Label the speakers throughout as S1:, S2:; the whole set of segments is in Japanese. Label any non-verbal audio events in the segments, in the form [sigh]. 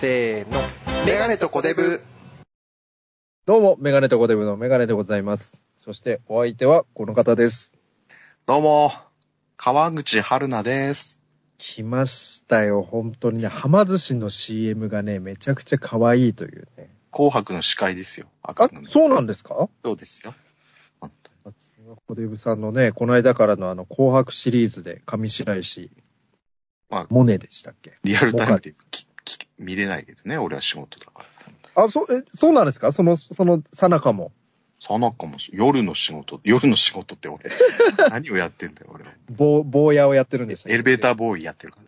S1: せーの。
S2: メガネとコデブ。
S3: どうも、メガネとコデブのメガネでございます。そして、お相手はこの方です。
S2: どうも、川口春奈です。
S3: 来ましたよ、本当にね。はま寿司の CM がね、めちゃくちゃ可愛いというね。
S2: 紅白の司会ですよ。
S3: あ
S2: 赤の、ね。
S3: そうなんですか
S2: そうですよ。本当に
S3: コデブさんのね、この間からのあの、紅白シリーズで、上白石、
S2: あ
S3: モネでしたっけ
S2: リアルタイムできき見れないけどね、俺は仕事だから。
S3: あ、そう、え、そうなんですかその、その、さなかも。
S2: その子も夜の仕事、夜の仕事っ
S3: [laughs]
S2: て俺、何をやってんだよ、俺は。
S3: 坊、坊やをやってるんでしたっけ
S2: エレベーターボーイやってるか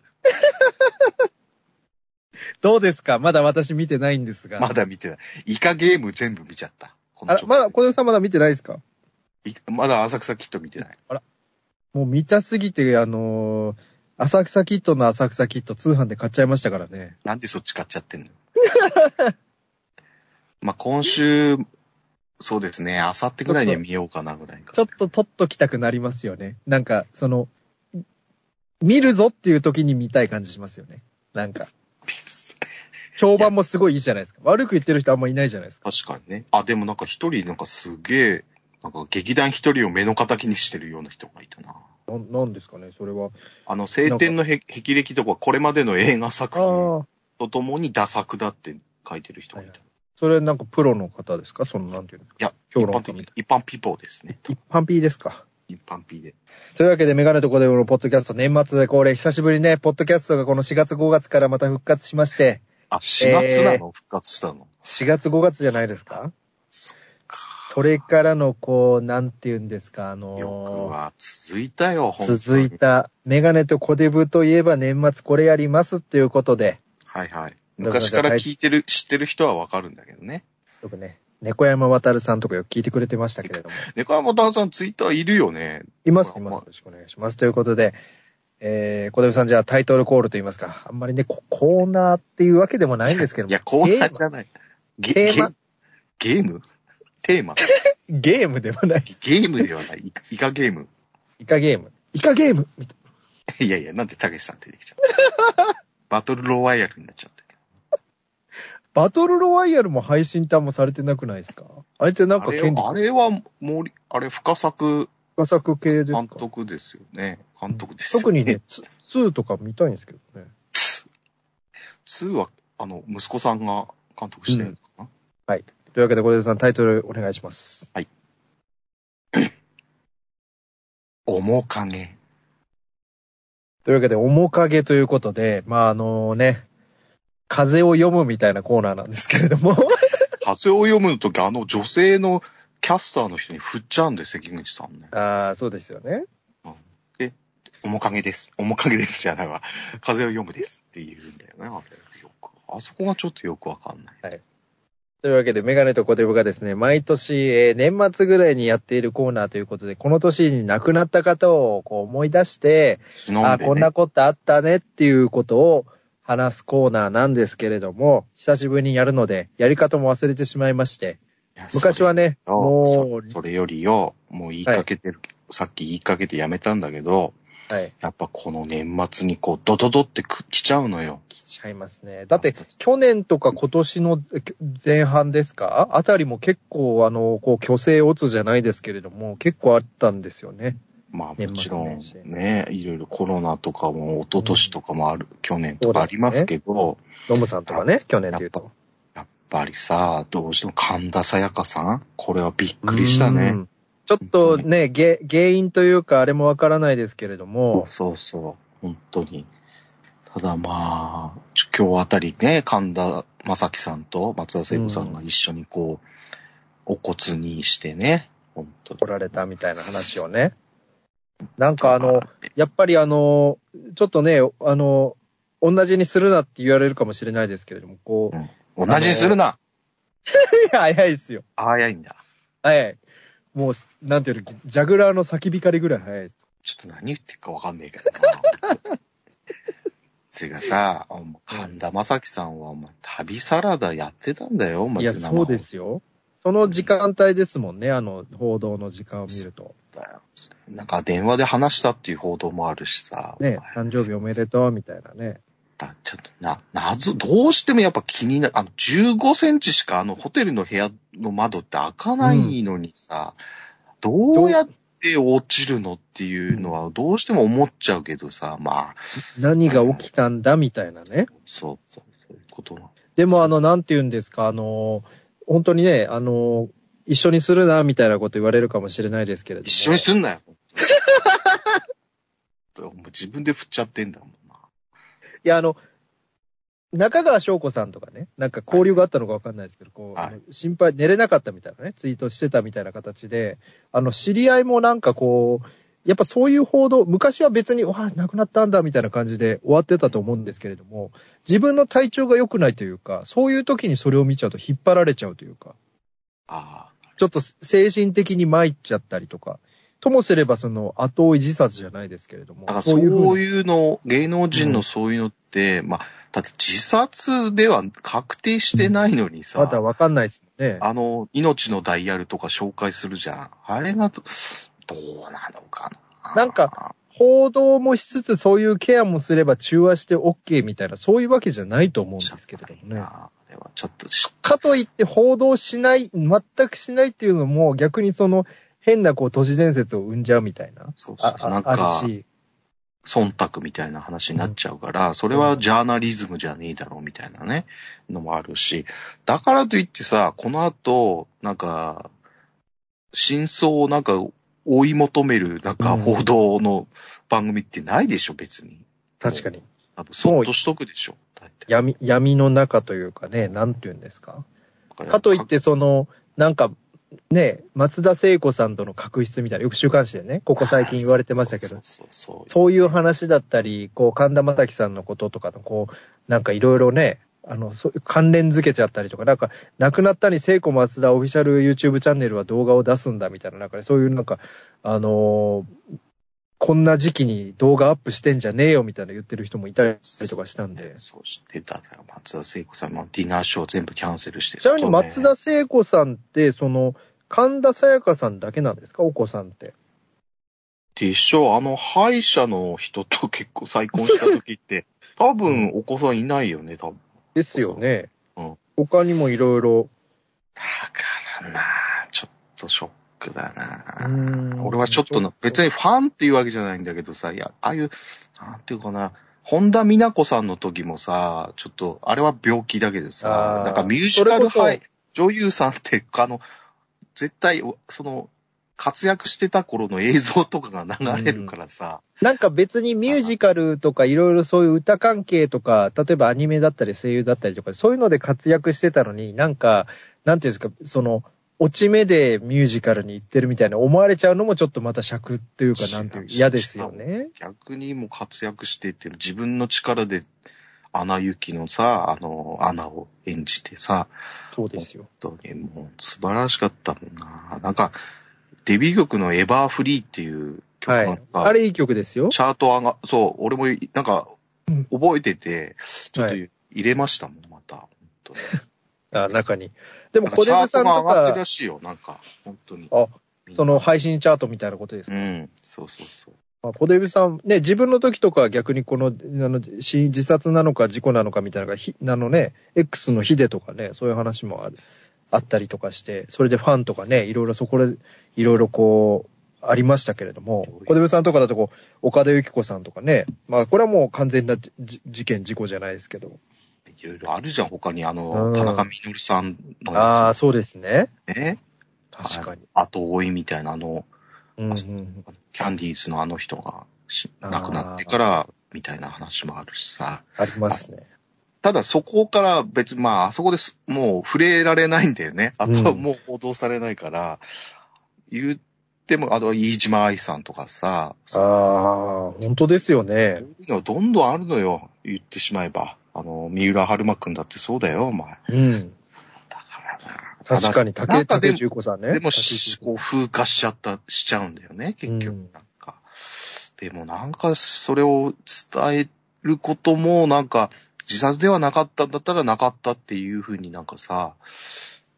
S3: どうですかまだ私見てないんですが。
S2: ら。まだ見てない。イカゲーム全部見ちゃった。こ
S3: あら、まだ、
S2: こ
S3: 小出さんまだ見てないですか
S2: まだ浅草キット見てない。
S3: もう見たすぎて、あのー浅草キットの浅草キット通販で買っちゃいましたからね。
S2: なんでそっち買っちゃってんの
S3: [laughs]
S2: まあ今週、そうですね、あさってぐらいには見ようかなぐらいか。
S3: ちょっと取っときたくなりますよね。なんか、その、見るぞっていう時に見たい感じしますよね。なんか、評判もすごいいいじゃないですか。悪く言ってる人あんまいないじゃないですか。
S2: 確かにね。あ、でもなんか一人、なんかすげえ、なんか劇団一人を目の敵にしてるような人がいたな。
S3: ななんですかね、それは。
S2: あの、晴天のへ霹靂とか、これまでの映画作品
S3: ああ、
S2: とともに打作だって書いてる人がいた。
S3: はいそれなんかプロの方ですかその、なんていうんですか
S2: いや、
S3: 評
S2: 一般
S3: 論家み
S2: 的
S3: た、
S2: 一般ピポーで
S3: [laughs]
S2: すね。
S3: い。一般 P ですか。
S2: 一般ピーで。
S3: というわけで、メガネとコデブのポッドキャスト、年末で恒例、久しぶりね、ポッドキャストがこの4月5月からまた復活しまして、
S2: あ、4月なの、復活したの。
S3: 4月5月じゃないですかそれからの、こう、なんて言うんですか、あ
S2: よく
S3: の
S2: は続いたよ、
S3: ー
S2: 本当に
S3: 続い。た、メガネとコデブといえば年末これやりますっていうことで、
S2: はいはい。昔から聞いてる、知ってる人はわかるんだけどね。
S3: よくね、猫山渡さんとかよく聞いてくれてましたけれ
S2: [laughs]
S3: ども、
S2: 猫山田さんツイッターいるよね。
S3: います、
S2: まあ
S3: います。
S2: まあ
S3: よろしくお願いします。ということで、えー、コデブさんじゃあタイトルコールと言いますか、あんまりね、こコーナーっていうわけでもないんですけども、
S2: いや、コーナーじゃない。ゲ
S3: テーマ
S2: ゲゲームテーマ
S3: ゲームではない。
S2: ゲームではない。イカイカゲーム。
S3: イカゲーム。イカゲームみたい
S2: いやいや、なんでたけしさん出てきちゃった [laughs] バトルロワイヤルになっちゃった。
S3: なバトルロワイヤルも配信端もされてなくないですかあれってなん
S2: あ
S3: か
S2: れ
S3: 権利
S2: は、あれは森、あれ、深作
S3: 深作系です
S2: 監
S3: か
S2: 督ですよね。監督ですよ
S3: 特にね、ツ2とか見たいんですけどね。
S2: 2は、あの、息子さんが監督してるのかな、
S3: というわけで、小出さん、タイトルお願いします。
S2: 面影。
S3: というわけで、面影ということで、まあ、あのね、風を読むみたいなコーナーなんですけれど
S2: [laughs]
S3: も、
S2: 風を読むの時、あの女性のキャスターの人に振っちゃうんで、関口さんね。
S3: ああ、そうですよね。
S2: 面影です。面影ですじゃないわ。風を読むですって言うんだよね、あれ。よく。あそこがちょっとよくわかんない。
S3: というわけで、メガネとコデブがですね、毎年、えー年末ぐらいにやっているコーナーということで、この年に亡くなった方をこう思い出して、
S2: 忍んで、ね。
S3: あ、こんなことあったねっていうことを話すコーナーなんですけれども、久しぶりにやるので、やり方も忘れてしまいまして、
S2: いや
S3: 昔はね、
S2: それよ
S3: も
S2: そそれよりよ、もう言いかけてる、さっき言いかけてやめたんだけど、
S3: う、はい、
S2: やっぱこの年末にこう、ドドドってく来ちゃうのよ。
S3: 来ちゃいますね。だって、去年とか今年のえ前半ですかあたりも結構、あの、こう、虚勢オツじゃないですけれども、結構あったんですよね。
S2: まあ
S3: 年末
S2: もちろん
S3: 年始
S2: ね、いろいろコロナとかも、一昨年とかもある、去年とかありますけど、
S3: ノムさんとかね、去年で言うと。
S2: やっぱりさ、どうしても神田沙也加さんこれはびっくりしたね。
S3: うん。ちょっとね、げ原因というか、あれもわからないですけれども、
S2: そうそう、本当に。ただまあ、ちょ今日あたりね、神田正輝さんと松田聖子さんが一緒にこう、お骨にしてね、本当に
S3: 来。られたみたいな話をね。なんかあの、やっぱりあの、ちょっとね、あの、同じにするなって言われるかもしれないですけれども、こう、
S2: 同じにするな
S3: いや [laughs] 早いですよ。
S2: あ早いんだ。
S3: 早い。もう、なんていうの、ジャグラーの先光りぐらい早いです。
S2: ちょっと何言ってるかわかんないけどな。 [laughs] つうかさ、お前神田正輝さんはお前旅サラダやってたんだよ、お前
S3: いや、
S2: 生
S3: そうで
S2: 放
S3: すよ。その時間帯ですもんね、あの、報道の時間を見ると。
S2: 送だよ。なんか電話で話したっていう報道もあるしさ。
S3: ね、誕生日おめでとうみたいなね。
S2: った。ちょっとな、謎、どうしてもやっぱ気になる。あの、15センチしかあのホテルの部屋の窓って開かないのにさ、どうやって落ちるのっていうのはどうしても思っちゃうけどさ、まあ、
S3: 何が起きたんだみたいなね。
S2: そう、そう、そういうことな。
S3: でもあの、なんて言うんですか、あの、本当にね、あの、一緒にするな、みたいなこと言われるかもしれないですけれども。
S2: 一緒にすんなよ。 [laughs] もう自分で振っちゃってんだもんな。
S3: いや、あの、中川翔子さんとかね、なんか交流があったのかわかんないですけど、こう、
S2: はい
S3: あの心配、寝れなかったみたいなね、ツイートしてたみたいな形で、あの、知り合いもなんかこう、やっぱそういう報道、昔は別に、わあ、亡くなったんだみたいな感じで終わってたと思うんですけれども、自分の体調が良くないというか、そういう時にそれを見ちゃうと引っ張られちゃうというか、
S2: ああ、
S3: ちょっと精神的に参っちゃったりとか、ともすればその後追い自殺じゃないですけれども
S2: だから、
S3: そ
S2: そう
S3: いうふう
S2: う
S3: に
S2: いうの、芸能人のそういうのって、まあ、だって自殺では確定してないのにさ、
S3: まだわかんないですもんね。
S2: あの、命のダイヤルとか紹介するじゃん。あれがど、どうなのかな。
S3: なんか、報道もしつつ、そういうケアもすれば中和して OK みたいな、そういうわけじゃないと思うんですけれどもね。
S2: あれはちょっとし、
S3: かといって報道しない、全くしないっていうのも、逆にその、変なこう、都市伝説を生んじゃうみたいな。
S2: そうそう
S3: あ、
S2: そう、なん
S3: あ
S2: か
S3: あ、るし。
S2: 忖度みたいな話になっちゃうから、それはジャーナリズムじゃねえだろうみたいなね、のもあるし、だからといってさ、この後、なんか、真相をなんか追い求める、なんか
S3: うん
S2: 報道の番組ってないでしょ、別に。
S3: 確かに。
S2: 多分そっとしとくでしょ。だいたい
S3: 闇、闇の中というかね、なんて言うんですか。かといっ、て、その、なんか、ね、松田聖子さんとの確執みたいな、よく週刊誌でね、ここ最近言われてましたけど
S2: あー、そうそうそうそう
S3: そういう話だったり、こう、神田正輝さんのこととかの、こう、なんかいろいろね、あの、そう関連付けちゃったりとか、なんか、亡くなったに聖子松田オフィシャル YouTube チャンネルは動画を出すんだみたいな中で、そういうなんか、あのーこんな時期に動画アップしてんじゃねえよみたいな言ってる人もいたりとかしたんで。
S2: そうしてたよ。松田聖子さんのディナーショー全部キャンセルして
S3: ちなみに松田聖子さんって、その、神田沙也加さんだけなんですかお子さんって。
S2: でしょあの、歯医者の人と結構再婚した時
S3: [laughs]
S2: って、多分お子さんいないよね、多分。
S3: ですよね。
S2: うん
S3: 他にもいろいろ。
S2: だからなちょっとショックだ
S3: う
S2: な
S3: ーん
S2: 俺はちょっとな、別にファンっていうわけじゃないんだけどさ、いや、ああいう、なんていうかな、本田美奈子さんの時もさ、ちょっと、あれは病気だけど
S3: あ
S2: さ
S3: ー、
S2: なんかミュージカル
S3: それこそ
S2: 俳女優さんって、あの、絶対、その、活躍してた頃の映像とかが流れるからさ、
S3: なんか別にミュージカルとかいろいろそういう歌関係とか、例えばアニメだったり声優だったりとか、そういうので活躍してたのに、なんか、なんていうんですか、その、落ち目でミュージカルに行ってるみたいな思われちゃうのもちょっとまた尺っていうか、なんていう、嫌ですよね。
S2: 逆にもう活躍してって、自分の力で、アナ雪のさ、あの、アナを演じてさ、
S3: そうですよ。
S2: 本当にもう素晴らしかったもんな。なんか、デビュー曲のエバーフリーっていう曲
S3: は
S2: が
S3: い。あれいい曲ですよ。
S2: チャート上が、そう、俺もなんか
S3: うん、
S2: 覚えてて、ちょっと
S3: は
S2: 入れましたもん、また。本当に
S3: あ中に。でも、
S2: なんか
S3: 小
S2: チャ
S3: 出
S2: ート
S3: さん
S2: が
S3: と
S2: 上がってるら
S3: か、
S2: しいよ、なんか、本当に。
S3: あ
S2: みんな
S3: その、配信チャートみたいなことです
S2: う
S3: か。
S2: ん、そうそうそう。
S3: まあ、小出さん、ね、自分の時とかは逆にこの、あの、し自殺なのか事故なのかみたいなのが、ひあのね、X のヒデとかね、そういう話もある、あったりとかして、それでファンとかね、いろいろそこで、いろいろこう、ありましたけれども、小出さんとかだとこう、岡田由紀子さんとかね、まあこれはもう完全なじじ事件、事故じゃないですけど。
S2: いろいろあるじゃん、他に、あ
S3: うん
S2: の、田中みのりさんの
S3: ああ、
S2: や
S3: そうですね。
S2: つね。
S3: 確かに。
S2: 後追いみたいな、あの、
S3: うんうん。
S2: キャンディーズのあの人がし
S3: あー
S2: 亡くなってから、みたいな話もあるしさ。
S3: ありますね。
S2: ただそこから別に、まあ、あそこです、もう触れられないんだよね。あとはもう報道されないから、言っても、あとは飯島愛さんとかさ、
S3: あ
S2: そう
S3: あ、本当ですよね。
S2: いうのどんどんあるのよ、言ってしまえば。あの、三浦春馬くんだってそうだよ、お前。だ
S3: うん。
S2: からな。
S3: 確かに、
S2: ただ
S3: 竹
S2: なんか
S3: 竹
S2: で
S3: 重子さんね。
S2: も、で
S3: 竹
S2: も
S3: 重
S2: し、
S3: 子
S2: こう、風化しちゃった、しちゃうんだよね、結
S3: う
S2: 局
S3: ん。
S2: なんか。でもなんか、それを伝えることも、なんか、自殺ではなかったんだったらなかったっていうふうになんかさ、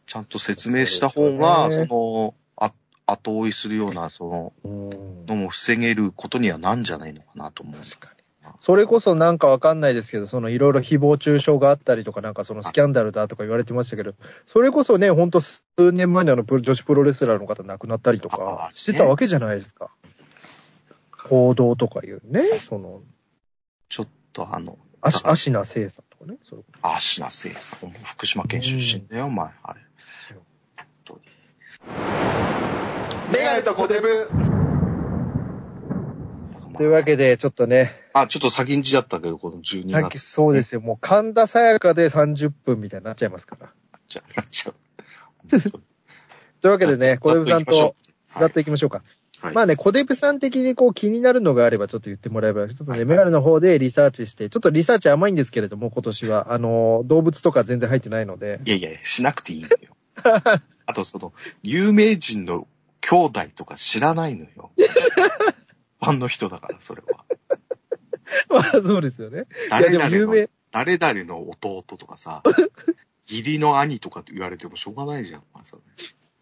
S2: ちゃんと説明した方が、
S3: そ
S2: そう
S3: ですよね
S2: の、あ、後追いするような、その、
S3: うん
S2: のも防げることにはなんじゃないのかなと思う。
S3: 確かに。それこそなんかわかんないですけど、そのいろいろ誹謗中傷があったりとか、なんかそのスキャンダルだとか言われてましたけど、それこそね、ほんと数年前にあのプロ女子プロレスラーの方亡くなったりと
S2: ああ
S3: か
S2: ね
S3: してたわけじゃないですか。行動とかいうね、その、
S2: ちょっとあの、
S3: アシアシナ聖さんとかね、それ
S2: あ、しなせいさん。福島県出身だよ、お前。あれ。
S3: メガネとコデブ
S2: なんかまあ
S3: というわけで、ちょっとね、
S2: あ、ちょっと先んじだったけど、この12月。
S3: さっきそうですよ、もう神田沙也加で30分みたいになっちゃいますから。
S2: じゃあ、ち [laughs] ょっと。
S3: というわけでね、小出部さんと、
S2: はい
S3: ざっといきましょうか。
S2: はい
S3: まあね、小出部さん的にこう気になるのがあればちょっと言ってもらえば、ちょっとね、
S2: はい
S3: メガネの方でリサーチして、ちょっとリサーチ甘いんですけれども、今年は。あのー、動物とか全然入ってないの [laughs] で。
S2: いやいや、しなくていいのよ。
S3: [laughs]
S2: あと、その、有名人の兄弟とか知らないのよ。ファンの人だから、それは。
S3: まあそうですよね。いや
S2: 誰
S3: でも有
S2: 々の
S3: 名、、
S2: 誰々の弟とかさ、義理の兄とかって言われてもしょうがないじゃん。まあそれ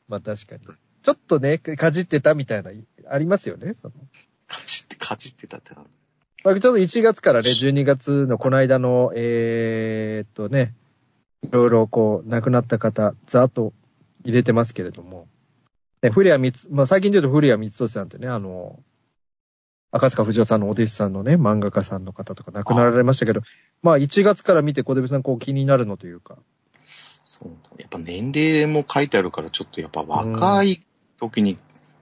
S3: まあ確かに。ちょっとね、かじってたみたいな、ありますよね。その
S2: かじって、かじってたってなる。
S3: まあ、ちょっと1月からね、12月のこの間の、えーっとね、いろいろこう、亡くなった方、ざっと入れてますけれども、ね、古谷光、まあ、最近で言うと古谷光俊さんってね、あの、赤塚不二夫さんのお弟子さんのね、漫画家さんの方とか亡くなられましたけど、まあ1月から見て小出さんこう気になるのというか、
S2: そうだやっぱ年齢も書いてあるから、ちょっとやっぱ若い時に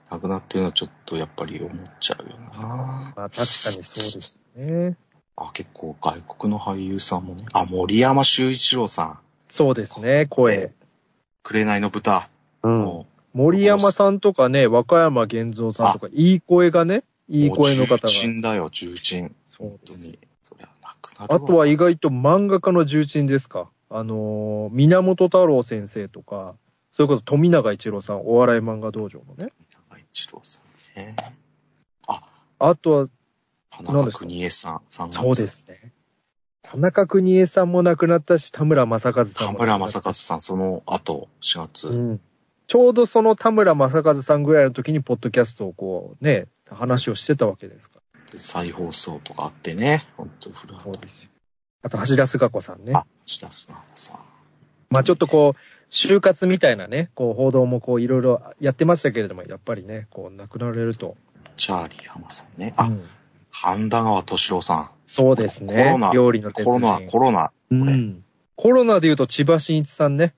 S2: 亡くなってるのはちょっとやっぱり思っちゃうよな。
S3: まあ確かにそうですね。
S2: あ、結構外国の俳優さんもね。あ、森山修一郎さん。
S3: そうですね、声。
S2: 紅の豚。
S3: うん、
S2: も
S3: 森山さんとかね、和歌山源三さんとか、いい声がね、
S2: う
S3: いい声の方が。
S2: 重鎮だよ、重鎮。
S3: そうで
S2: 本当
S3: す
S2: に。そりゃなくなる
S3: あ
S2: わ
S3: とは意外と漫画家の重鎮ですか。あのー源太郎先生とか、それこそ富永一郎さん、お笑い漫画道場のね。
S2: 長井一郎さんね。
S3: あとは、
S2: 花
S3: 何
S2: 田
S3: ですか
S2: 国江さん。さんが
S3: そうで。すね。田中邦衛さんも亡くなったし、田村正和さ
S2: 田
S3: んも亡くなった。
S2: 村正和さん、その後、4月。
S3: うん。ちょうどその田村正和さんぐらいの時に、ポッドキャストをこう、ね、話をしてたわけですか
S2: 再放送とかあってね。本当古
S3: ら。
S2: 畑
S3: そうですよ。あと、橋田壽賀子さんね。
S2: あ、下須田さん。
S3: まあちょっとこう、就活みたいなね、こう、報道もこう、いろいろやってましたけれども、やっぱりね、こう、亡くなられると。
S2: チャーリー浜さんね。あ、
S3: うん
S2: 神田川敏郎さ
S3: そうですね。
S2: コロナ
S3: 料理の
S2: ん。
S3: 鉄
S2: コ
S3: 人
S2: ロナ、コロナ。
S3: うん。コロナで言うと千葉真一さんね。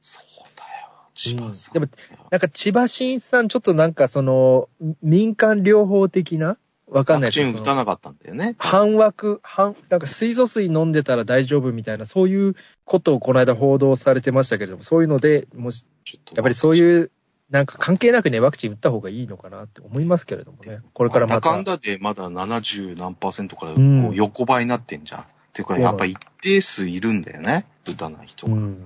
S2: そうだよ。千葉さん。
S3: うんでなんか千葉真一さん、ちょっとなんかその、民間療法的なわかんな
S2: ワ
S3: い
S2: クチン
S3: け
S2: 打
S3: ど
S2: たなかったんだよね。
S3: 半枠、半、なんか水素水飲んでたら大丈夫みたいな、そういうことをこの間報道されてましたけれども、そういうので、もし、
S2: ちょっと
S3: やっぱりそういう、なんか関係なくね、ワクチン打った方がいいのかなって思いますけれどもね。これからま
S2: 中ん
S3: た。
S2: だでまだ70何パーセントからこ
S3: うん
S2: う横ばいになってんじゃん。っていうか、やっぱ一定数いるんだよね。打たない人
S3: う
S2: が。
S3: ん。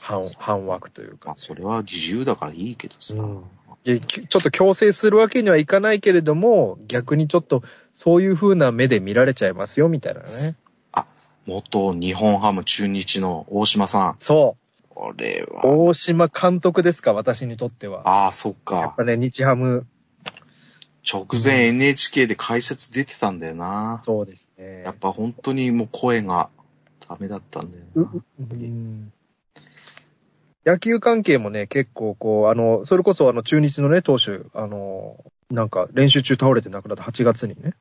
S3: 半、半枠というか
S2: まあ、。それは自由だからいいけどさ。
S3: うんいやきちょっと強制するわけにはいかないけれども、逆にちょっとそういう風な目で見られちゃいますよ、みたいなね。
S2: 元日本ハム中日の大島さん。
S3: そ
S2: これ
S3: う。
S2: は。
S3: 大島監督ですか、私にとっては。
S2: ああ、そっ
S3: やっ
S2: か。
S3: ぱね、日ハム、
S2: 直前 NHK で解説出てたんだよな。
S3: そうですね
S2: やっ。ぱ本当にもう声がダメだったんだよ
S3: う
S2: な。
S3: うん野球関係もね、結構こう、あの、それこそあの、中日のね、投手、あの、なんか練習中倒れて亡くなった8月にね、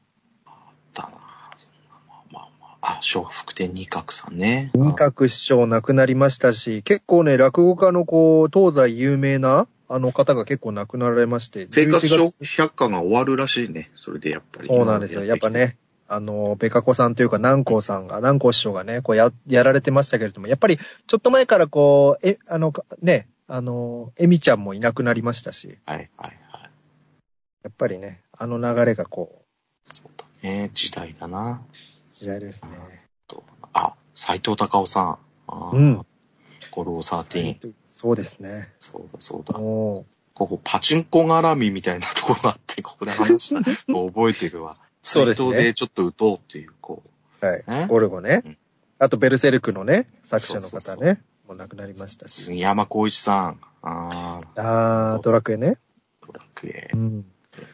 S2: だな。そんなまあまあまあ。あ、小福亭二角さんね。
S3: 二角師匠亡くなりましたし、結構ね、落語家のこう、東西有名な、あの方が結構亡くなられまして、
S2: 生活
S3: 11
S2: 笑
S3: 月
S2: 百科が終わるらしいね。それでやっぱり。
S3: そうなんですよ。やっぱ。ね、あの、ベカコさんというか、南光さんが、南光師匠がね、こうや、やられてましたけれども、やっぱり、ちょっと前からこう、え、あの、ね、あの、エミちゃんもいなくなりましたし、
S2: はいはいはい。
S3: やっぱりね、あの流れがこ
S2: そうだね。時代だな。
S3: う、時代ですね。
S2: とあ、斎藤隆夫さん。あー
S3: うん。
S2: ゴルゴ13。
S3: そうですね。
S2: そうだそうだ。
S3: もう、
S2: ここパチンコ絡みみたいなところがあって、ここで話した。
S3: [laughs]
S2: 覚えてるわ。
S3: そうで
S2: 水
S3: すね
S2: 筒でちょっと打とうっていう、こう。
S3: はい
S2: え。
S3: ゴルゴね
S2: うん。
S3: あと、ベルセルクのね、作者の
S2: そうそう
S3: 方
S2: そう
S3: ね、もう亡くなりましたし。
S2: 杉山浩一さん。ああ、
S3: あー、ドラクエね。
S2: ドラクエ
S3: う。ん。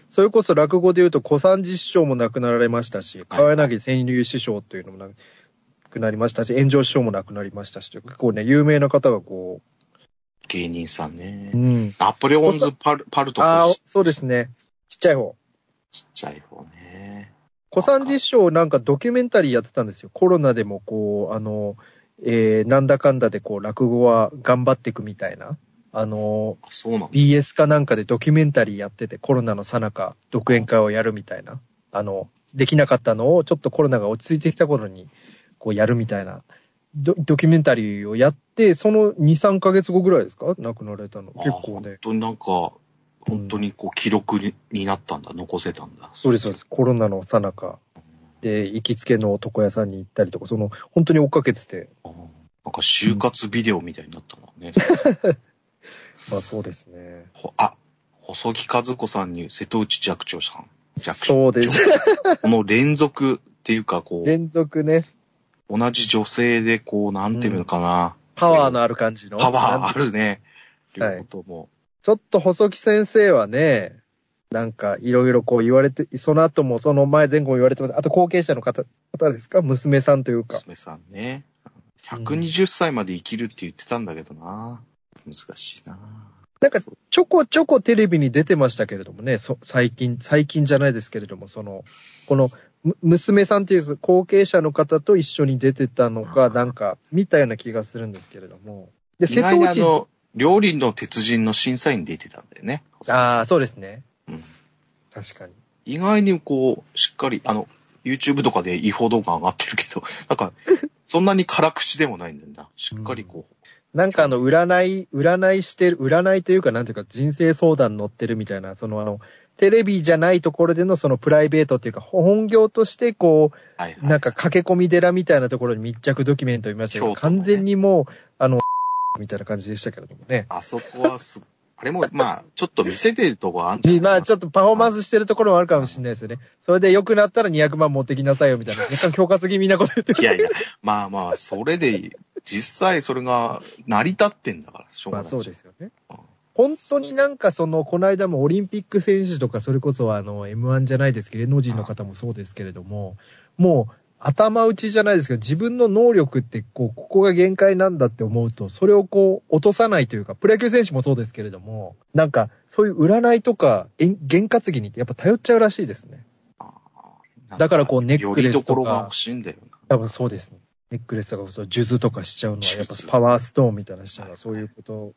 S3: それこそ落語で言うと小三治師匠も亡くなられましたし、
S2: はいは
S3: 川
S2: い
S3: 柳川柳師匠というのも亡くなりましたし、炎上師匠も亡くなりましたし、結構ね、有名な方がこ
S2: 芸人さんね
S3: う、う。ん。
S2: ナポレオンズパルパルト
S3: ああ
S2: ちっ、
S3: そうですね。ちっちゃい方。
S2: ちゃい方ね。
S3: 小三治師匠なんかドキュメンタリーやってたんですよ。コロナでもこう、あの、えー、なんだかんだでこう、落語は頑張っていくみたいな。あの、
S2: あそうなんだ。
S3: BS かなんかでドキュメンタリーやってて、コロナの最中独演会をやるみたいな。あの、できなかったのを、ちょっとコロナが落ち着いてきた頃に、こうやるみたいなド、ドキュメンタリーをやって、その2、3ヶ月後ぐらいですか亡くなられたの。
S2: あ
S3: 結構
S2: 本
S3: ね。
S2: 当になんか、本当にこう記録にになったんだ、残せたんだ。
S3: そうです、そうです。コロナの最中で、行きつけの床屋さんに行ったりとか、その、本当に追っかけてて、
S2: あーなんか就活ビデオみたいになったのね。
S3: まあそうですね。
S2: ほあ、細木和子さんに瀬戸内寂聴さん。寂聴
S3: そうです。
S2: [laughs] この連続っていうか、こう、
S3: 連続ね、
S2: 同じ女性で、こう、なんていうのかな。
S3: パワーのある感じの。
S2: パワー
S3: なん
S2: あ
S3: て
S2: るね。両
S3: はい
S2: 方とも。
S3: ちょっと細木先生はね、なんかいろいろこう言われて、その後もその前前後も言われてます。あと後継者の方、方ですか娘さんというか。
S2: 娘さんね。120歳まで生きるって言ってたんだけどな。難しいな。
S3: なんか
S2: そう
S3: ちょこちょこテレビに出てましたけれどもね、そ最近、最近じゃないですけれども、その、この、む娘さんっていう後継者の方と一緒に出てたのか、なんか、見たような気がするんですけれども。で、
S2: 意
S3: 瀬
S2: 外
S3: 戸
S2: にあ
S3: 内。
S2: の、料理の鉄人の審査員に出てたんだよね。
S3: ああ、そうですね。
S2: うん
S3: 確かに。
S2: 意外にこう、しっかり、あの、YouTube とかで違法動画上がってるけど、 [laughs] なんか、そんなに辛口でもないんだよな。しっかりこう、
S3: なんかあの、占い、占いしてる、占いというか、なんていうか、人生相談乗ってるみたいな、そのあの、テレビじゃないところでのそのプライベートっていうか、本業としてこ
S2: はいは
S3: う、
S2: い
S3: なんか駆け込み寺みたいなところに密着ドキュメント見ましたけど、
S2: 京都のね
S3: 完全にもう、あの、 [laughs] みたいな感じでしたけれどもね。
S2: あそこはす、あれも、まあ、ちょっと見せてるとこあんじゃん。
S3: [laughs] まあちょっとパフォーマンスしてるところもあるかもしれないですよね。それで良くなったら200万持ってきなさいよみ
S2: [laughs]
S3: たいな、若干恐喝気味なこと言ってま
S2: い
S3: し
S2: や
S3: た
S2: いや、まあまあ、それで、実際それが成り立ってんだから、しょう
S3: ま
S2: がな
S3: あ
S2: いし。
S3: そうですよね
S2: うん。
S3: 本当になんかその、この間もオリンピック選手とか、それこそあの、M1 じゃないですけど、芸能人の方もそうですけれども、もう、頭打ちじゃないですけど、自分の能力って、こう、ここが限界なんだって思うと、それをこう、落とさないというか、プロ野球選手もそうですけれども、なんか、そういう占いとか、えん験担ぎにってやっぱ頼っちゃうらしいですね。
S2: なん
S3: だからこうネックレスとか
S2: よりどころが欲しいんだよな。
S3: 多分そうですね。ネックレスとか、そう、数珠とかしちゃうのは、やっぱパワーストーンみたいなのしちゃうのは、そういうこと。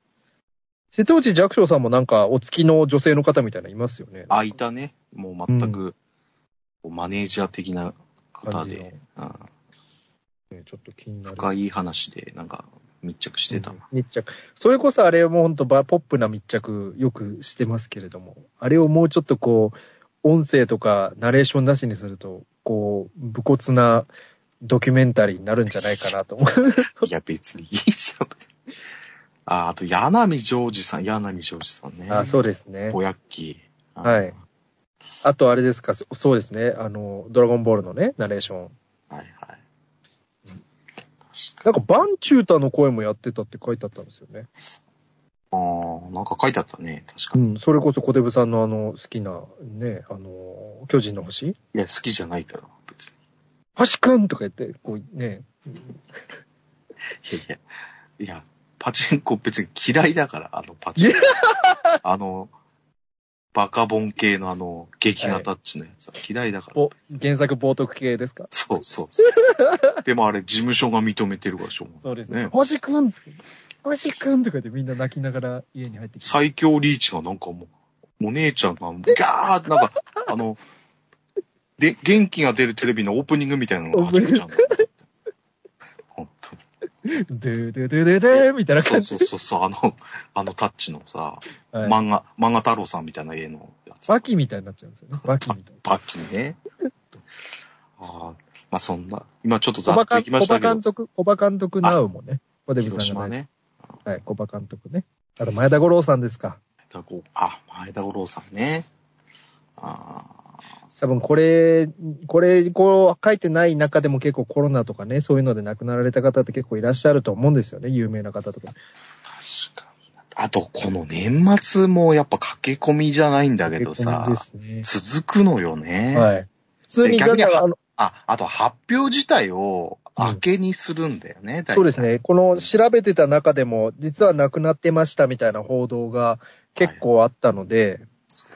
S3: 瀬戸内寂聴さんもなんか、お付きの女性の方みたいなのいますよね。
S2: あ、いたね。もう全く、こうマネージャー的な方
S3: 感じの
S2: で、うん、
S3: ねちょっと気になる。
S2: 深い話で、なんか、密着してた
S3: う
S2: わ
S3: ん。密着。それこそあれも本当バポップな密着よくしてますけれども、あれをもうちょっとこう、音声とかナレーションなしにすると、こう、武骨なドキュメンタリーになるんじゃないかなと思う。
S2: いや、別にいいじゃん。 [laughs] あ、あと、柳ジョージさん、柳ジョージさんね。
S3: あ、そうですね。
S2: ぼやっき。
S3: はい。あとあれですか、そそうですね。あの、ドラゴンボールのね、ナレーション。
S2: はいはい。確か
S3: なんか、バンチュータの声もやってたって書いてあったんですよね。
S2: あーなんか書いてあったね。確
S3: う
S2: かに。い
S3: ん。それこそ小手部さんのあの、好きな、ね、あの、巨人の星
S2: や、好きじゃないから、別に。
S3: 星くんとか言って、こうね、
S2: いやいや。いや、パチンコ別に嫌いだから、あのパチンコ。あの、バカボン系のあの、劇画タッチのやつは嫌いだから。
S3: ぼ
S2: 別に
S3: 原作冒涜系ですか
S2: そうそうそう。でもあれ、事務所が認めてるからしょうがない。ね。
S3: 星くん星くんとか言ってみんな泣きながら家に入ってきて。
S2: 最強リーチがなんかもう、お姉ちゃんがガーってなんか、あの、で、元気が出るテレビのオープニングみたいなのが始めちゃうんだよ。本当に。
S3: ドゥドゥドゥドゥドゥみたいな
S2: そ
S3: 感
S2: う
S3: じ。
S2: そうそうそう、あの、あのタッチのさ、
S3: はい
S2: 漫画、漫画太郎さんみたいな絵のやつ。
S3: バキみたいになっちゃうんですよね。バキみたいな。
S2: バキね。ああ、まあそんな、今ちょっとざ
S3: 小
S2: っ
S3: バ
S2: と
S3: 監
S2: いきましたけど、
S3: 督、小バ監督なうもね。小手部さん
S2: 広
S3: が大好
S2: 島
S3: き
S2: ね。
S3: はい、小バ監督ね。あと、前田五郎さんですか。
S2: 前田五あ、前田五郎さんね。ああ、
S3: 多分これ、これ、こう書いてない中でも結構コロナとかね、そういうので亡くなられた方って結構いらっしゃると思うんですよね、有名な方とか。
S2: 確かにな。あと、この年末もやっぱ駆け込みじゃないんだけどさ、
S3: 結婚です
S2: 続くのよね。
S3: ね。はい。普通に、
S2: で逆に
S3: だからあの
S2: あ、あと発表自体を明けにするんだよね、
S3: そうです。ね。この調べてた中でも、実は亡くなってましたみたいな報道が結構あったので、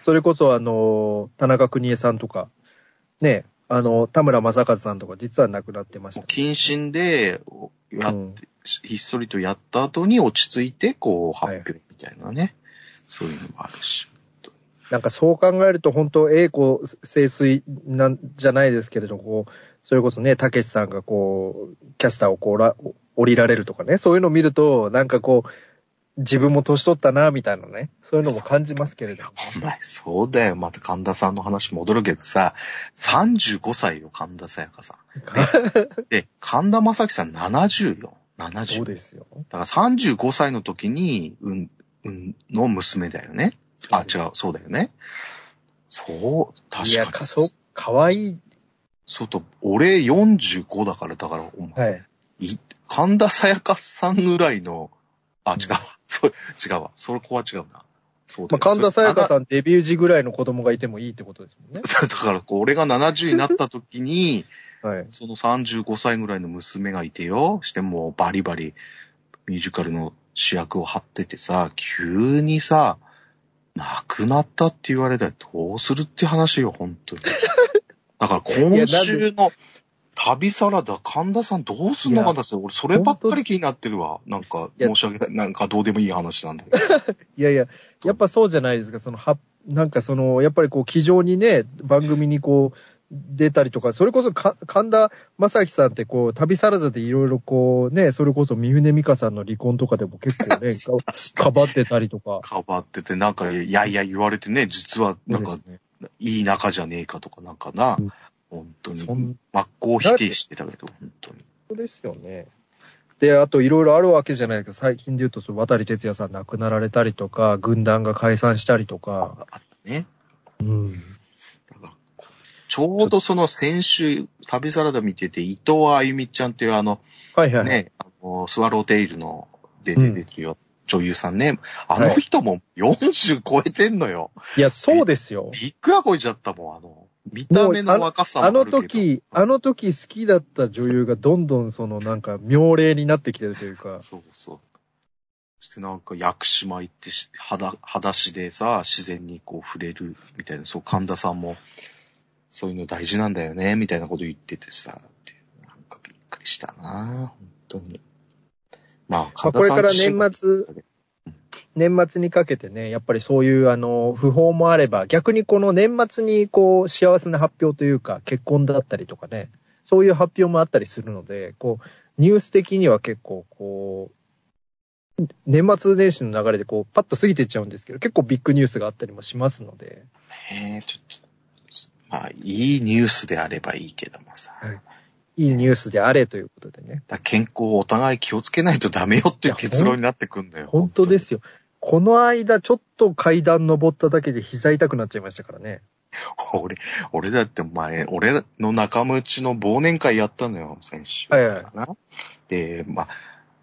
S3: それこそあの、田中邦衛さんとか、ね、あの、田村正和さんとか実は亡くなってまし
S2: も
S3: た
S2: う。謹慎で、や
S3: う
S2: っ
S3: ん
S2: ひっそりとやった後に落ち着いて、こう、
S3: は
S2: 発
S3: い
S2: 表みたいなね。そういうのもあるし。
S3: なんかそう考えると本当栄光盛衰なんじゃないですけれど、こう、それこそね、たけしさんがこう、キャスターをこうら、降りられるとかね、そういうのを見ると、なんかこう、自分も年取ったな、みたいなね、そういうのも感じますけれども。
S2: お前、そうだよ。また神田さんの話戻るけどさ、35歳よ、神田沙也加さん。で、神田正輝さん70よ。70。
S3: [laughs] そうですよ。
S2: だから35歳の時に、うん、うん、の娘だよね。あ、違う、そうだよね。そう、確
S3: いや、
S2: か
S3: か、
S2: に。
S3: そう、かわいい。
S2: そうと、俺45だから、だから、お前、
S3: はい。
S2: い神田沙也加さんぐらいの、あ、
S3: うん
S2: 違うわ、 [laughs] そう、違うわ。そこは違うな。そうだ
S3: まあ、
S2: よ
S3: 神田沙也加
S2: ん。
S3: さんデビュー時ぐらいの子供がいてもいいってことですもんね。
S2: [laughs] だから、こう、俺が70になった時に、
S3: はい。
S2: その35歳ぐらいの娘がいてよ、してもうバリバリミュージカルの主役を張っててさ、急にさ、亡くなったって言われたらどうするって話よ、本当に。 [laughs] だから今週の旅サラダ、神田さんどうすんのかなって、俺そればっかり気になってるわ。なんか、
S3: いや
S2: 申し訳ない、なんかどうでもいい話なんだけど。
S3: いやいや、やっぱそうじゃないですか、その、は、なんかその、やっぱりこう、気丈にね、番組にこう、出たりとか、それこそか、神田正輝さんってこう、旅サラダでいろいろこう、ね、それこそ三船美香さんの離婚とかでも結構ね、かかばってたりとか。
S2: かばってて、なんか、いやいや言われてね、実はなんか、
S3: ね、
S2: いい仲じゃねえかとか、なんかな
S3: うん、
S2: 本当
S3: そ
S2: に
S3: ん。
S2: 真っ向否定してたけど、本当に。
S3: そうですよね。で、あといろいろあるわけじゃないですか、最近で言うと、その渡哲也さん亡くなられたりとか、軍団が解散したりとか。
S2: あったね。
S3: うん。
S2: だからこうちょうどその先週、旅サラダ見てて、伊藤あゆみちゃんっていうあの、
S3: はいはい。
S2: ね、あのスワローテイルの出
S3: う
S2: て
S3: ん
S2: 出てるよ、女優さんね。あの人も40超えてんのよ。
S3: いや、そうですよ。
S2: びっくらこいちゃったもん、あの。見た目の若さもあ
S3: あ
S2: る
S3: の
S2: けど。
S3: 時、あの時好きだった女優がどんどんそのなんか妙齢になってきてるというか、
S2: そうそう。そしてなんか屋久島行ってし、裸、裸足でさ、自然にこう触れるみたいな、そう神田さんも、そういうの大事なんだよね、みたいなこと言っててさ、っていうなんかびっくりしたな本当に。まあ、
S3: まあ、
S2: 神
S3: こ
S2: 田
S3: れ
S2: さん
S3: から
S2: 自身が
S3: 年末、年末にかけてね、やっぱりそういうあの、不法もあれば、逆にこの年末にこう、幸せな発表というか、結婚だったりとかね、そういう発表もあったりするので、こう、ニュース的には結構こう、年末年始の流れでこう、パッと過ぎていっちゃうんですけど、結構ビッグニュースがあったりもしますので、
S2: ね、ちょっと、まあ、いいニュースであればいいけどもさ、
S3: はいいいニュースであれということでね。
S2: だから健康をお互い気をつけないとダメよっていう結論になってくんだよ。
S3: 本当で。すよ。この間、ちょっと階段登っただけで膝痛くなっちゃいましたからね。
S2: [laughs] 俺、俺だって前、俺の仲間内の忘年会やったのよ、先週。
S3: はいはい
S2: で、まあ、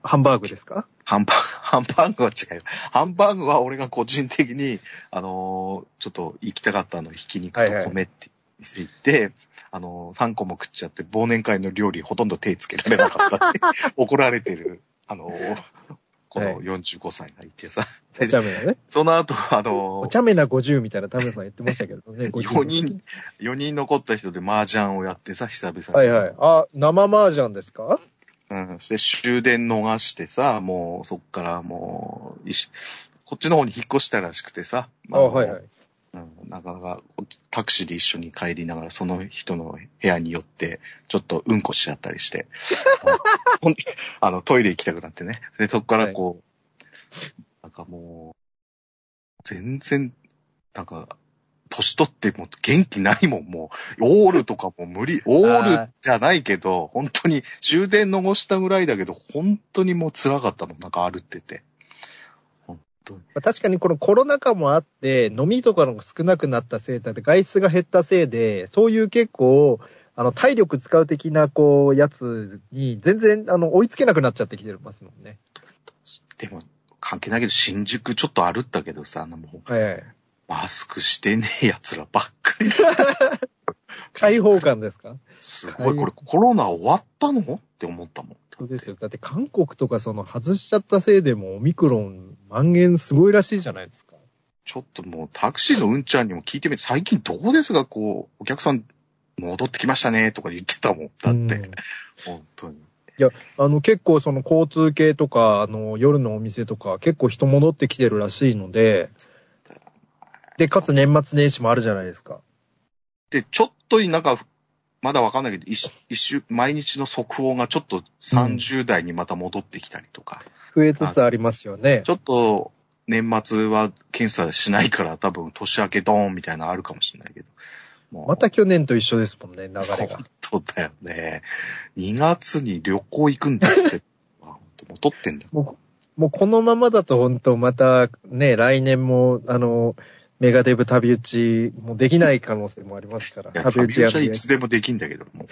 S3: ハンバーグですか
S2: ハ [laughs] ンバーグ、ハンバーグは違うよ。ハンバーグは俺が個人的に、あのーちょっと行きたかったあの、ひき肉
S3: はい
S2: と
S3: はい
S2: 米って店行って、あのー、3個も食っちゃって、忘年会の料理ほとんど手つけられなかったって [laughs] 怒られてる、あのーこの45歳がいてさ。
S3: お茶目なね。
S2: その後、あの
S3: お
S2: ー
S3: 茶目な50みたいな田村さん言ってましたけどね。50
S2: 4人、4人残った人で麻雀をやってさ、久々に。
S3: はいはい。あ、生麻雀ですか
S2: うん。そして終電逃してさ、もうそっからもう、いしこっちの方に引っ越したらしくてさ。
S3: あはいはい。
S2: うん、なかなかこタクシーで一緒に帰りながらその人の部屋に寄って、ちょっとうんこしちゃったりして。 [laughs] ほんであの、トイレ行きたくなってね。で、そっからこう、なんかもう、全然、なんか、年取っても元気ないもん、もう。オールとかも無理、オールじゃないけど、本当に終電逃したぐらいだけど、本当にもう辛かったもん、なんか歩ってて。
S3: まあ確かにこのコロナ禍もあって、飲みとかのが少なくなったせいだって、外出が減ったせいで、そういう結構、あの、体力使う的な、こう、やつに、全然、あの、追いつけなくなっちゃってきてますもんね。
S2: でも、関係ないけど、新宿ちょっと歩ったけどさ、あのもう
S3: はいはい。
S2: マスクしてねえ奴らばっかり。
S3: 開放感ですか
S2: すごい、これコロナ終わったのって思ったもん。
S3: そうですよ。だって韓国とかその外しちゃったせいでもうオミクロン蔓延すごいらしいじゃないですか。
S2: ちょっともうタクシーのうんちゃんにも聞いてみる。最近どうですが、こう、お客さん戻ってきましたねとか言ってたもん。だって、
S3: うん
S2: 本当に。
S3: あの結構その交通系とか、あの夜のお店とか結構人戻ってきてるらしいので、で、かつ年末年始もあるじゃないですか。
S2: で、ちょっとなんか、まだわかんないけど、一一週、毎日の速報がちょっと30代にまた戻ってきたりとか、
S3: 増えつつありますよね
S2: ち。ょっと年末は検査しないから多分年明けドーンみたいなのあるかもしれないけど。もう
S3: また去年と一緒ですもんね、流れが
S2: 本。当だよね。2月に旅行行くんだ
S3: [laughs]
S2: って。あ本当もう撮ってんだ。
S3: もう、もうこのままだと本当またね、来年も、あの、メガデブ旅打ち、もうできない可能性もありますから。
S2: いや、旅打ち
S3: や
S2: はい
S3: る
S2: つでもできんだけど、
S3: [laughs]
S2: もう。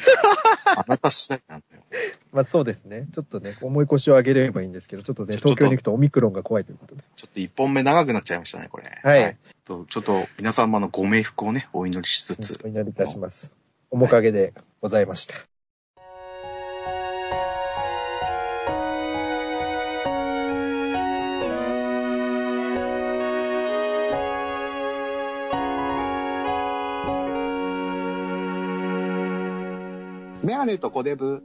S2: あなた次第なんだよ。
S3: まあそうですね。ちょっとね、重い腰を上げればいいんですけど、ちょっとね、
S2: ちょっと
S3: 東京に行くとオミクロンが怖いということで。
S2: ちょっと一本目長くなっちゃいましたね、これ。
S3: はい
S2: とちょっと皆様のご冥福をね、お祈りしつつ。
S3: お祈りいたします。おもかげでございました。
S2: メガネとコデブ。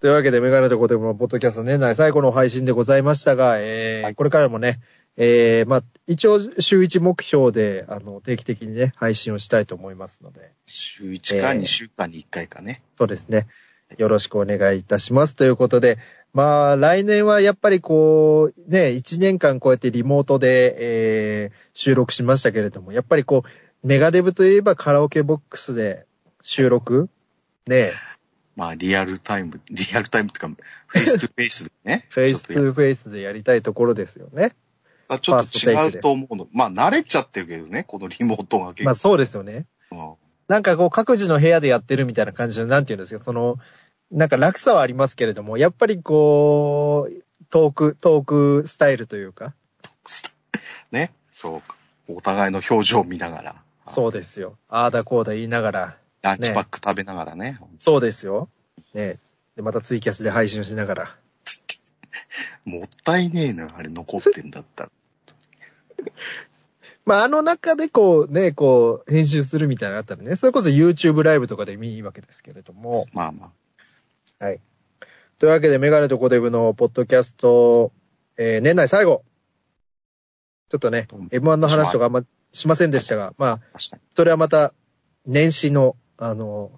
S3: というわけで、メガネとコテブのポッドキャスト年内最後の配信でございましたが、えー
S2: はい
S3: これからもね、えーまあ、一応週1目標で、あの、定期的にね、配信をしたいと思いますので、
S2: 週1か
S3: えー
S2: 2週間に1回かね。
S3: そうですね。よろしくお願いいたします。ということで、まあ、来年はやっぱりこう、ね、1年間こうやってリモートで、えー収録しましたけれども、やっぱりこう、メガデブといえばカラオケボックスで収録ね、。
S2: まあ、リアルタイム、リアルタイムっていうか、フェイストゥフェイスでね
S3: [laughs] フェイス
S2: ち
S3: ト
S2: ょっとや
S3: ゥフェイスでやりたいところですよね。
S2: あちょっ
S3: ファーストテイ
S2: と
S3: ク
S2: 違う
S3: で
S2: と思うの。まあ、慣れちゃってるけどね、このリモートが結
S3: まあ
S2: 構。
S3: そうですよね。
S2: うん
S3: なんかこう、各自の部屋でやってるみたいな感じの、なんていうんですか、その、なんか落差はありますけれども、やっぱりこう、トーク、トークスタイルというか、
S2: ね。そうか。お互いの表情を見ながら。
S3: そうですよ。ああだこうだ言いながら、
S2: ランチパック食べながらね。
S3: そうですよ。ねで、またツイキャスで配信しながら。
S2: もったいねえのよ、あれ残ってんだったら。
S3: まあ、あの中でこうね、こう、編集するみたいなのがあったらね、それこそ YouTube ライブとかで見いいわけですけれども。
S2: まあまあ。
S3: というわけで、メガネとコデブのポッドキャスト、えー年内最後。ちょっとね、M1 の話とかあんましませんでしたが、まあ、
S2: 確かに。
S3: それはまた、年始の、あの、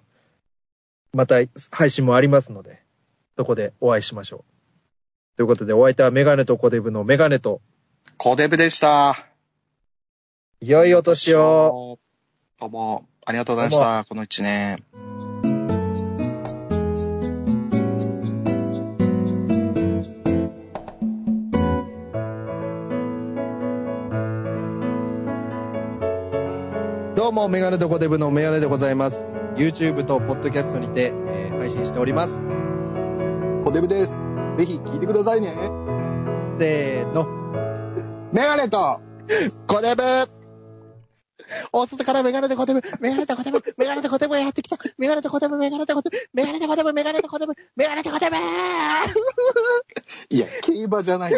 S3: また配信もありますので、そこでお会いしましょう。ということで、お相手はメガネとコデブのメガネと、
S2: コデブでした。
S3: 良いお年を。
S2: どうも、ありがとうございました。この一年。
S3: どうも、メガネとコデブのメガネでございます。YouTube とポッドキャストにて、えー配信しております。
S1: コデブです。ぜひ聞いてくださいね。
S3: せーの、
S1: メガネと
S3: コデブお外からメガネとコデブ、メガネとコデブ、メガネとコデブがやってきた、メガネとコデブ、メガネとコデブ、メガネとコデブ、メガネとコデブ、メガネとコデブ
S1: いや、競馬じゃない。